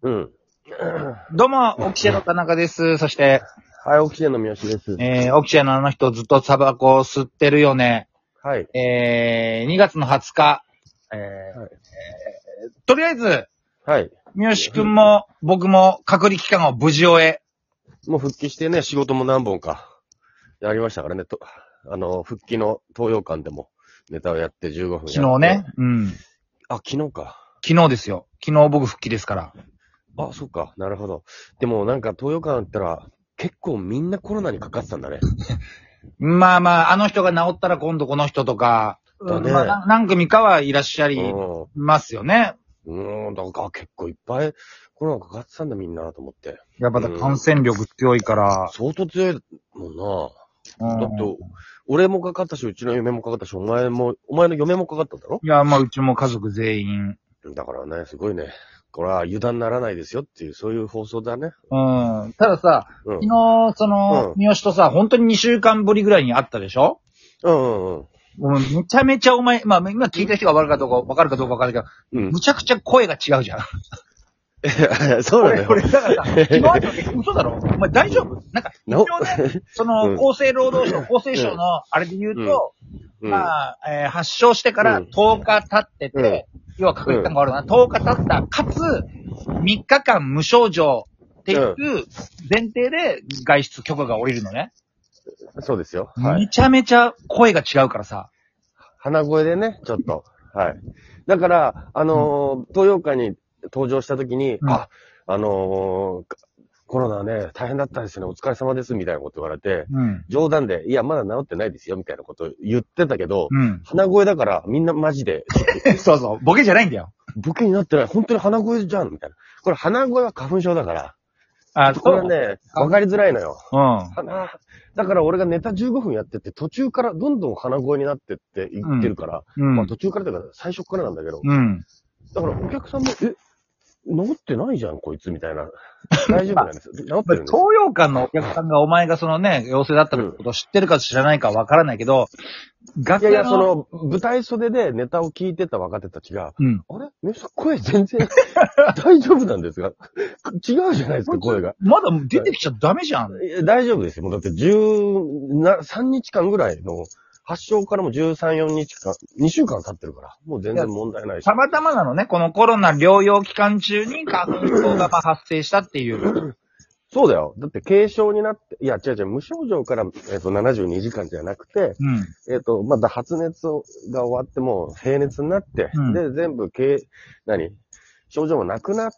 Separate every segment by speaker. Speaker 1: うん。
Speaker 2: どうも、オキシエの田中です。そして、
Speaker 1: はい、オキシエンの三好です。
Speaker 2: えー、オキシエのあの人ずっとタバコを吸ってるよね。
Speaker 1: はい。
Speaker 2: えー、2月の20日。えー
Speaker 1: はい
Speaker 2: えーとりあえず、
Speaker 1: はい。
Speaker 2: 三好くんも僕も隔離期間を無事終え。
Speaker 1: もう復帰してね、仕事も何本かやりましたからね、と、あの、復帰の東洋館でもネタをやって15分やって
Speaker 2: 昨日ね。。うん。
Speaker 1: あ、昨日か。
Speaker 2: 昨日ですよ。昨日僕復帰ですから。
Speaker 1: あ、そうか。なるほど。でもなんか東洋館行ったら、結構みんなコロナにかかってたんだね。
Speaker 2: まあまあ、あの人が治ったら今度この人とか、
Speaker 1: だね
Speaker 2: まあな何組かはいらっしゃ
Speaker 1: う
Speaker 2: り
Speaker 1: ん。
Speaker 2: ますよね。
Speaker 1: うん、だから結構いっぱいコロナかかってたんだみんなと思って。
Speaker 2: やっぱだ感染力強いから。
Speaker 1: 相当強いもんな。
Speaker 2: うん
Speaker 1: だって、俺もかかったし、うちの嫁もかかったし、お前も、お前の嫁もかかったんだろ
Speaker 2: いや、まあ、うちも家族全員。
Speaker 1: だからね、すごいね。これは油断ならないですよっていう、そういう放送だね。
Speaker 2: うん。たださ、
Speaker 1: うん。
Speaker 2: 昨日、そ
Speaker 1: う、
Speaker 2: の
Speaker 1: ん
Speaker 2: 三好とさ、本当に2週間ぶりぐらいに会ったでしょ
Speaker 1: うんうん
Speaker 2: もうめちゃめちゃお前、まあ、今聞いた人がわかるかどうか、わかるかどうかわかるけど、
Speaker 1: うん。
Speaker 2: むちゃくちゃ声が違うじゃん。
Speaker 1: うん。 そうなの
Speaker 2: 俺、俺、
Speaker 1: よ。
Speaker 2: だからさ、昨日会った時嘘だろお前大丈夫なんか、一応ね、 その、
Speaker 1: うん
Speaker 2: 厚生労働省、厚生省の、あれで言うと、
Speaker 1: うん。
Speaker 2: まあ、えー発症してから
Speaker 1: うん
Speaker 2: 10日経ってて、要は確認感があるな、10日経った、かつ、3日間無症状っていう前提で外出許可が下りるのね。
Speaker 1: そうですよ。はい
Speaker 2: め。ちゃめちゃ声が違うからさ。
Speaker 1: 鼻声でね、ちょっと。はい。だから、あのー東洋館に登場した時に、
Speaker 2: うん
Speaker 1: あ、あのーかコロナね、大変だったですね、お疲れ様です、みたいなこと言われて、
Speaker 2: うん。
Speaker 1: 冗談で、いや、まだ治ってないですよ、みたいなこと言ってたけど、
Speaker 2: うん。
Speaker 1: 鼻声だから、みんなマジで、
Speaker 2: そうそう。ボケじゃないんだよ。
Speaker 1: ボケになってない。本当に鼻声じゃんみたいな。これ鼻声は花粉症だから。
Speaker 2: あ、
Speaker 1: これは。ね、わかりづらいのよ。
Speaker 2: うん。
Speaker 1: 鼻、だから俺がネタ15分やってて、途中からどんどん鼻声になってって言ってるから、
Speaker 2: うん。
Speaker 1: まあ途中からというか最初からなんだけど、
Speaker 2: うん。
Speaker 1: だからお客さんも、え、治ってないじゃん、こいつみたい な。大丈夫なんです。治ってるんです
Speaker 2: 東。洋館のお客さんがお前がそのね、陽性だったことを知ってるか知らないかわからないけど、
Speaker 1: い
Speaker 2: 楽
Speaker 1: や
Speaker 2: 屋
Speaker 1: いや、そ、の、舞台袖でネタを聞いてた若手たちが、
Speaker 2: うん。
Speaker 1: あれ皆さん声全然大丈夫なんですが 違うじゃないですか、声が。
Speaker 2: まだ出てきちゃダメじゃん。
Speaker 1: いや大丈夫ですよ。もうだって13日間ぐらいの、発症からも13、4日間、2週間経ってるから、もう全然問題ないし。
Speaker 2: たまたまなのね、このコロナ療養期間中に花粉症がまあ発生したっていう。
Speaker 1: そうだよ。だって軽症になって、いや、違う違う、無症状から、えっと72時間じゃなくて、
Speaker 2: うん。
Speaker 1: えっ、と、まだ発熱をが終わって、もう平熱になって、
Speaker 2: うん
Speaker 1: で、全部軽、何症状もなくなって、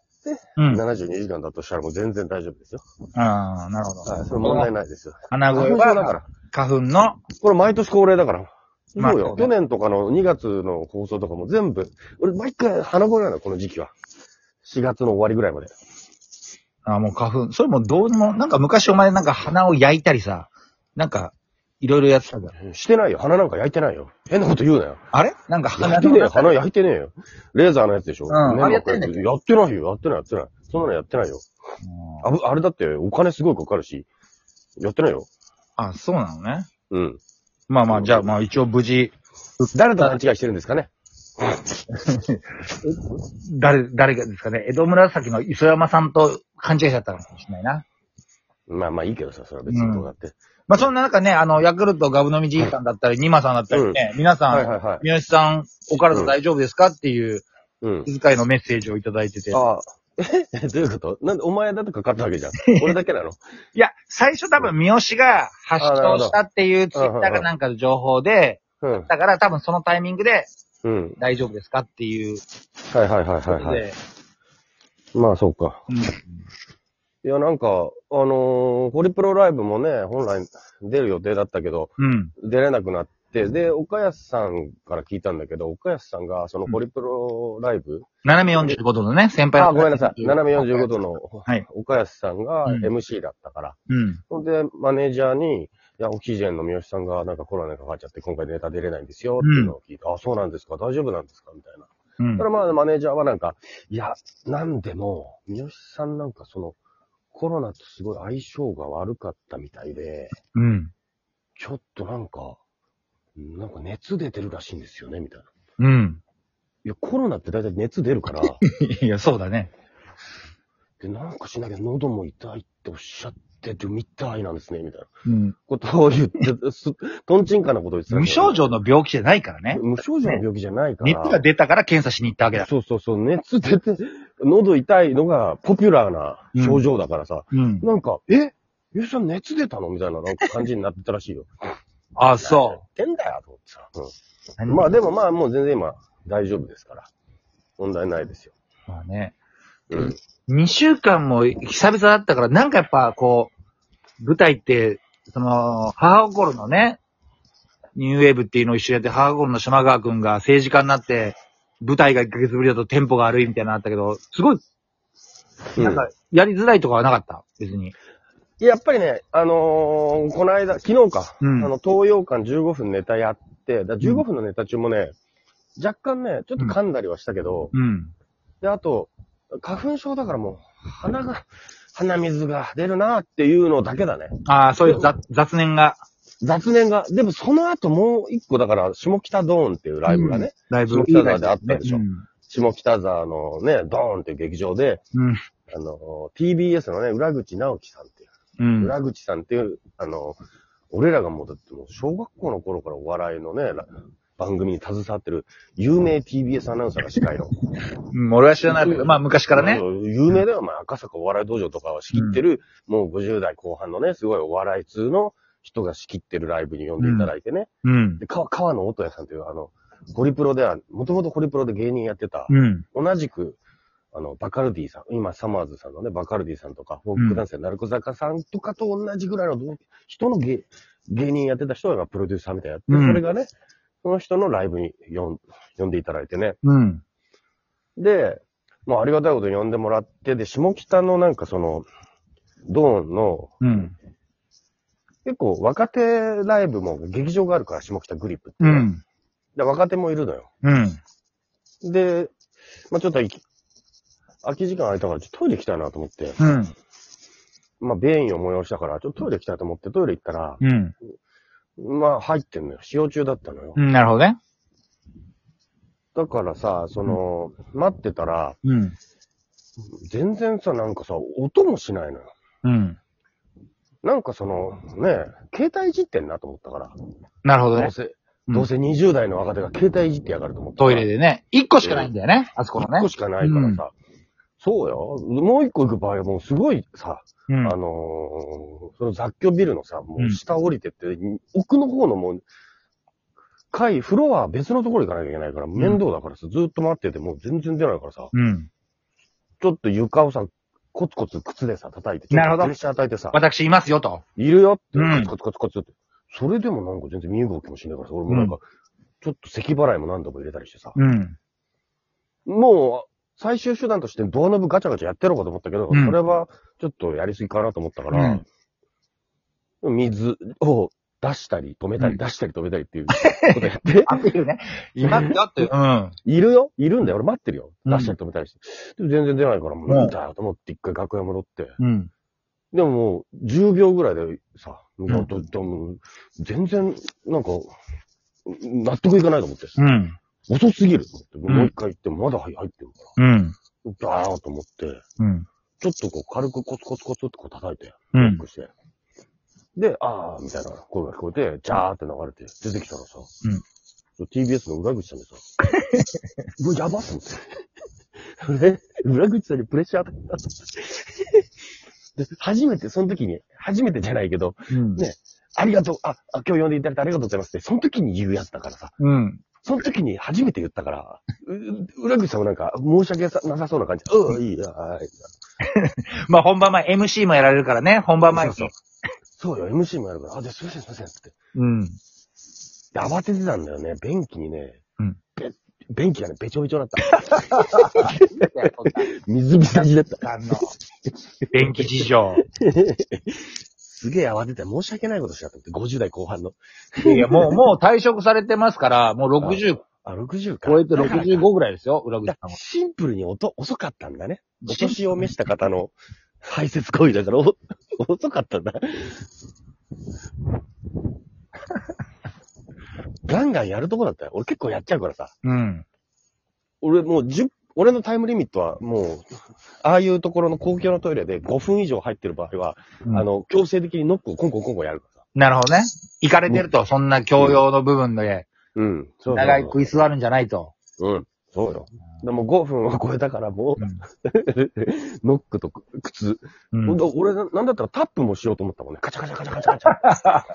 Speaker 2: うん。
Speaker 1: 72時間だとしたらもう全然大丈夫ですよ。
Speaker 2: ああ、なるほ
Speaker 1: はい、
Speaker 2: ど。
Speaker 1: それ問題ないですよ。
Speaker 2: 花
Speaker 1: 花
Speaker 2: 声
Speaker 1: 粉症だか
Speaker 2: は
Speaker 1: ら。
Speaker 2: 花粉の、
Speaker 1: これ毎年恒例だから。
Speaker 2: まあ
Speaker 1: そうよ、
Speaker 2: そうね
Speaker 1: 去年とかの2月の放送とかも全部、俺毎回鼻声なの、この時期は。4月の終わりぐらいまで。
Speaker 2: ああ、もう花粉。それもどうにも、なんか昔お前なんか鼻を焼いたりさ、なんか、いろいろやってたじゃん。
Speaker 1: してないよ。鼻なんか焼いてないよ。変なこと言うなよ。
Speaker 2: あれなんか鼻
Speaker 1: 焼いてねえよ。鼻焼いてねえよ。レーザーのやつでしょ。
Speaker 2: うんあれやってんだ
Speaker 1: ね
Speaker 2: っけ
Speaker 1: やってないよ。やってない、やってない。そんなのやってないよ。あぶあれだってお金すごいかかるし。やってないよ。
Speaker 2: あ、そうなのね。
Speaker 1: うん。
Speaker 2: まあまあ、じゃあまあ一応無事、
Speaker 1: 誰と勘違いしてるんですかね。
Speaker 2: 誰、誰がですかね、江戸紫の磯山さんと勘違いしちゃったのかもしれないな。
Speaker 1: まあまあいいけどさ、それは別にどうだって。
Speaker 2: まあそんな中ね、あの、ヤクルトガブ飲みじいさんだったり、ニマさんだったりね、皆さん、
Speaker 1: はいはいはい。
Speaker 2: 三好さん、お体大丈夫ですかっていう、
Speaker 1: うん。
Speaker 2: 気遣いのメッセージをいただいてて。
Speaker 1: ああ。え どういうことなんでお前だってかかったわけ じゃん。俺だけなの
Speaker 2: いや、最初多分三好が発症したっていうツイ
Speaker 1: なるほど
Speaker 2: ッターかなんかの情報で、
Speaker 1: うん。
Speaker 2: だから多分そのタイミングで
Speaker 1: うん。
Speaker 2: 大丈夫ですかっていう
Speaker 1: はいはいはい
Speaker 2: こ
Speaker 1: はい、
Speaker 2: と
Speaker 1: は
Speaker 2: で、
Speaker 1: い。まあそうか。
Speaker 2: うん
Speaker 1: いやなんか、あのーホリプロライブもね、本来出る予定だったけど、
Speaker 2: うん。
Speaker 1: 出れなくなって、で、岡安さんから聞いたんだけど、岡安さんがそのホリプロライブ、
Speaker 2: 斜め45度のね、先輩
Speaker 1: あ、ごめんなさい。斜め45
Speaker 2: 度。
Speaker 1: 度の
Speaker 2: はい
Speaker 1: 岡安さんが
Speaker 2: うん
Speaker 1: MC だったから。
Speaker 2: うん。
Speaker 1: ほんで、マネージャーに、いや、オキジェンの三好さんがなんかコロナにかかっちゃって、今回ネタ出れないんですよっていうのを聞いて、あ、そうなんですか大丈夫なんですかみたいな。
Speaker 2: うん
Speaker 1: ただまあ、マネージャーはなんか、いや、なんでも、三好さんなんかその、コロナとすごい相性が悪かったみたいで、
Speaker 2: うん。
Speaker 1: ちょっとなんか、なんか熱出てるらしいんですよね、みたいな。
Speaker 2: うん。
Speaker 1: いや、コロナって大体熱出るから、
Speaker 2: いや、そうだね。
Speaker 1: で、なんかしなきゃ喉も痛いっておっしゃってるみたいなんですね、みたいな
Speaker 2: うん。
Speaker 1: ことを言って、すとんちんかなことを言ってたん
Speaker 2: 無
Speaker 1: ですよ
Speaker 2: 症状の病気じゃないからね。
Speaker 1: 無症状の病気じゃないから。
Speaker 2: 熱が出たから検査しに行ったわけだ。
Speaker 1: そうそうそう、熱出て、喉痛いのがポピュラーな症状だからさ、
Speaker 2: うん。
Speaker 1: なんか、えゆうさん熱出たのみたいななんか感じになってたらしいよ。
Speaker 2: あ、そ
Speaker 1: 何言ってんだよ、と思ってさ。
Speaker 2: う。
Speaker 1: うんまあでもまあもう全然今大丈夫ですから。問題ないですよ。
Speaker 2: まあね。
Speaker 1: うん。
Speaker 2: 2週間も久々だったから、なんかやっぱこう、舞台って、その、母心のね、ニューウェーブっていうのを一緒にやって、母心の島川くんが政治家になって、舞台が1ヶ月ぶりだとテンポが悪いみたいなのあったけど、すごい、なんか、やりづらいとかはなかった、別に。
Speaker 1: やっぱりね、あのーこの間、昨日か、
Speaker 2: うん
Speaker 1: あの、東洋館15分ネタやって、だ15分のネタ中もね、若干ね、ちょっと噛んだりはしたけど、
Speaker 2: うん。
Speaker 1: で、あと、花粉症だからもう、鼻が、鼻水が出るなっていうのだけだね。
Speaker 2: ああ、そういう雑雑念が。
Speaker 1: 雑念が。でもその後もう一個だから、下北ドーンっていうライブがね、
Speaker 2: だい
Speaker 1: 下
Speaker 2: ぶ
Speaker 1: 北沢であったでしょ
Speaker 2: うん。
Speaker 1: 下北沢のね、ドーンっていう劇場で、
Speaker 2: うん。
Speaker 1: あの、TBS のね、裏口直樹さんっていう、
Speaker 2: うん。
Speaker 1: 裏口さんっていう、あの、俺らがもうだってもう小学校の頃からお笑いのね、ら番組に携わってる有名 TBS アナウンサーが司 会の。
Speaker 2: うん俺は知らないけど、まあ昔からね。
Speaker 1: うん有名だよ、まあ赤坂お笑い道場とかを仕切ってる、もう50代後半のね、すごいお笑い通の人が仕切ってるライブに呼んでいただいてね。
Speaker 2: うん。
Speaker 1: で、川川野音也さんというあの、ホリプロでは、もともとホリプロで芸人やってた、
Speaker 2: うん。
Speaker 1: 同じく、あの、バカルディさん、今、サマーズさんのね、バカルディさんとか、フォークダンスのナルコ坂さんとかと同じぐらいの同人の芸、芸人やってた人がプロデューサーみたいなやって、
Speaker 2: うん
Speaker 1: それがね、その人のライブに呼ん呼んでいただいてね。
Speaker 2: うん。
Speaker 1: で、まあ、ありがたいことに呼んでもらって、で、下北のなんかその、ドーンの、
Speaker 2: うん。
Speaker 1: 結構若手ライブも劇場があるから、下北グリップって
Speaker 2: う
Speaker 1: ね、
Speaker 2: ん。
Speaker 1: で、若手もいるのよ。
Speaker 2: うん。
Speaker 1: で、まあ、ちょっといき、空き時間空いたから、ちょっとトイレ行きたいなと思って。
Speaker 2: うん。
Speaker 1: まあ、便意を催したから、ちょっとトイレ行きたいと思ってトイレ行ったら、
Speaker 2: うん。
Speaker 1: まあ、入ってんのよ。使用中だったのよ
Speaker 2: う。ん。なるほどね。
Speaker 1: だからさ、その、待ってたら、
Speaker 2: うん。
Speaker 1: 全然さ、なんかさ、音もしないのよ。
Speaker 2: うん。
Speaker 1: なんかその、ね、携帯いじってんなと思ったから。
Speaker 2: なるほど
Speaker 1: ど
Speaker 2: ね
Speaker 1: う。せ、
Speaker 2: うん
Speaker 1: どうせ20代の若手が携帯いじってやがると思ったか
Speaker 2: ト
Speaker 1: ら。
Speaker 2: イレでね。一個しかないんだよね。あそこの
Speaker 1: 1
Speaker 2: ね
Speaker 1: 個。しかないからさ。そうよ。もう一個行く場合はもうすごいさ、
Speaker 2: う
Speaker 1: あ
Speaker 2: ん
Speaker 1: のー。その雑居ビルのさ、もう下降りてって、奥の方のもう、階、フロア別のところ行かなきゃいけないから、面倒だからさ、ずーっと待ってて、もう全然出ないからさ、
Speaker 2: うん。
Speaker 1: ちょっと床をさ、コツコツ靴でさ、叩いて、
Speaker 2: なるほど
Speaker 1: プレッシャー与えてさ、
Speaker 2: 私いますよと。
Speaker 1: いるよって、
Speaker 2: うん
Speaker 1: コツコツコツコツって。それでもなんか全然身動きもしないからさ、俺もなんか、ちょっと咳払いも何度も入れたりしてさ、
Speaker 2: うん。
Speaker 1: もう、最終手段としてドアノブガチャガチャやってやろうかと思ったけど、
Speaker 2: うん
Speaker 1: それはちょっとやりすぎかなと思ったか
Speaker 2: う
Speaker 1: ら
Speaker 2: ん、
Speaker 1: 水を出したり止めたり出したり止めたりっていう ことやって、
Speaker 2: アピールね。いますよって。うん。
Speaker 1: いるよいるんだよ俺待ってるよ
Speaker 2: うん
Speaker 1: 出したり止めたりして。でも全然出ないから、もう
Speaker 2: うん
Speaker 1: なんだよと思って一回楽屋戻って。
Speaker 2: うん。
Speaker 1: でももう10秒ぐらいでさ、
Speaker 2: ん
Speaker 1: どどども全然なんか、納得いかないと思って。
Speaker 2: うん。
Speaker 1: 遅すぎると思って。
Speaker 2: うん
Speaker 1: もう一回行ってもまだ入ってるか
Speaker 2: うん。
Speaker 1: ら。だーと思って。
Speaker 2: うん。
Speaker 1: ちょっとこう軽くコツコツコツってこう叩いて、
Speaker 2: う
Speaker 1: ロ
Speaker 2: ん
Speaker 1: ックして。で、あーみたいな声が聞こえて、ジャーって流れて出てきたらさ、
Speaker 2: うん
Speaker 1: そう TBS の裏口さんで さ、うわ、やばっと思って。 で裏口さんにプレッシャー当たったで、初めて、その 時に、初めてじゃないけど、
Speaker 2: うん
Speaker 1: ねありがとう、あ、あ今日呼んでいただいてありがとうございますって、その時に言うやつだからさ、
Speaker 2: うん。
Speaker 1: その時に初めて言ったから、う裏口さんもなんか申し訳さなさそうな感じで、うん、いいよ、はい。
Speaker 2: まあ本番前、MC もやられるからね。本番前に。
Speaker 1: そうそうよ、MC もやるから、あ、じゃあすいません、すいません、つって。
Speaker 2: うん。
Speaker 1: で、慌ててたんだよね、便器にね、
Speaker 2: うん
Speaker 1: べ便器がね、べちょべちょだった。 水浸しだった。
Speaker 2: あの、電気事情。
Speaker 1: すげえ慌てて、申し訳ないことしちゃったって、50代後半の。
Speaker 2: いや、もう、もう退職されてますから、もう60
Speaker 1: あ、60か。
Speaker 2: 超えて
Speaker 1: だか
Speaker 2: 65ぐらいですよ、裏口
Speaker 1: ら
Speaker 2: さ
Speaker 1: か
Speaker 2: んは。
Speaker 1: シンプルに音、遅かったんだね。お年を召した方の排泄行為だから、お遅かったんだ。 ガンガンやるとこだったよ。俺結構やっちゃうからさ。
Speaker 2: うん。
Speaker 1: 俺もう10、俺のタイムリミットはもう、ああいうところの公共のトイレで5分以上入ってる場合は、
Speaker 2: うん
Speaker 1: あの、強制的にノックをコンコンコンコンやるからさ。
Speaker 2: なるほどね。行かれてると、そんな教養の部分で、
Speaker 1: うん。そうそうそう
Speaker 2: 長い食い座るんじゃないと。
Speaker 1: うん。そうよ。でも5分を超えたからもう、 ノックと靴。
Speaker 2: うん
Speaker 1: ほんと俺な、なんだったらタップもしようと思ったもんね。カチャカチャカチャカチャカチ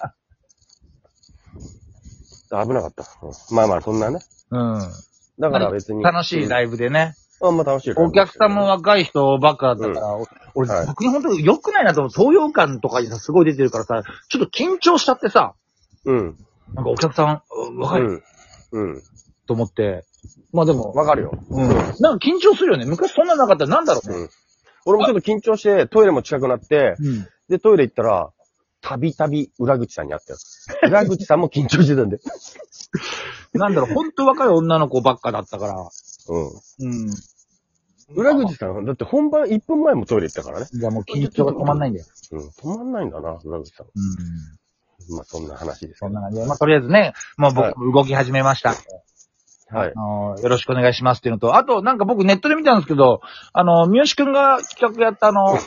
Speaker 1: ャ。危なかった。うんまあまあ、そんなね。
Speaker 2: う
Speaker 1: だから別
Speaker 2: ん。
Speaker 1: に。
Speaker 2: 楽しいライブでね。
Speaker 1: あんま楽しいから
Speaker 2: お客さんも若い人ばっかだったから、俺、
Speaker 1: はい
Speaker 2: 逆に本当に良くないなと思う。東洋館とかにさ、すごい出てるからさ、ちょっと緊張しちゃってさ、
Speaker 1: うん。
Speaker 2: なんかお客さん、う若い
Speaker 1: うん。うん。
Speaker 2: と思って。まあでも、
Speaker 1: わかるよ。
Speaker 2: うん。なんか緊張するよね。昔そんなのなかったらなんだろう
Speaker 1: う
Speaker 2: ね。
Speaker 1: ん。俺もちょっと緊張して、トイレも近くなって、
Speaker 2: うん。
Speaker 1: で、トイレ行ったら、たびたび裏口さんに会った よ。裏口さんも緊張してたんで。
Speaker 2: なんだろう、本当若い女の子ばっかだったから。
Speaker 1: う
Speaker 2: うん。じ
Speaker 1: ん。裏口さん、だって本番1分前もトイレ行ったからね。
Speaker 2: ゃあもう緊張が止まんないんだよ。
Speaker 1: うん。止まんないんだな、裏口さん。
Speaker 2: うん。
Speaker 1: まあ、そんな話ですけ
Speaker 2: そん
Speaker 1: ど。
Speaker 2: な感じで。まあとりあえずね、もう僕も動き始めました。
Speaker 1: はい。
Speaker 2: あのよろしくお願いしますっていうのと、あと、なんか僕ネットで見たんですけど、あの、三好くんが企画やったあの、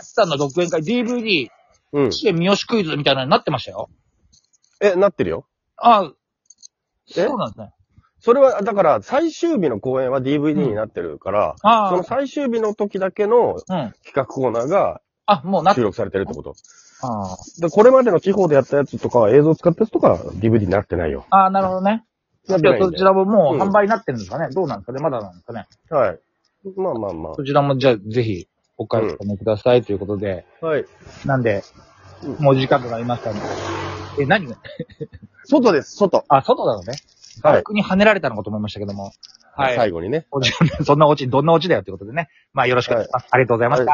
Speaker 2: さんの独演会 DVD、
Speaker 1: うん。
Speaker 2: 試験三好クイズみたいなのになってましたよ。
Speaker 1: え、なってるよ。
Speaker 2: ああ、
Speaker 1: え
Speaker 2: そうなんですね。
Speaker 1: それは、だから、最終日の公演は DVD になってるから、そ
Speaker 2: あ
Speaker 1: の最終日の時だけの
Speaker 2: あ、うん。
Speaker 1: 企画コーナーが
Speaker 2: あ、もうなっ
Speaker 1: 収録されてるってこと。
Speaker 2: あ
Speaker 1: でこれまでの地方でやったやつとか、映像使ったやつとか、DVD になってないよ。
Speaker 2: あー、なるほどね。じ
Speaker 1: な
Speaker 2: ゃ
Speaker 1: ってな
Speaker 2: あ
Speaker 1: いん
Speaker 2: そ
Speaker 1: で
Speaker 2: ちらももう
Speaker 1: うん
Speaker 2: 販売になってるんですかね、どうなんですかねまだなんですかね
Speaker 1: はい。まあまあま
Speaker 2: そちらもじゃあぜひお買い求めくださいということで、
Speaker 1: あ。はい。
Speaker 2: なんで
Speaker 1: うん、
Speaker 2: もう時間となりましたので。え、何が
Speaker 1: 外です、外。
Speaker 2: あ、外だのね。
Speaker 1: はい。
Speaker 2: 逆に跳ねられたのかと思いましたけども。はい。
Speaker 1: 最後にね。
Speaker 2: そんなオチ、どんなオチだよってことでね。まあよろしくお願いします。ありがとうございました。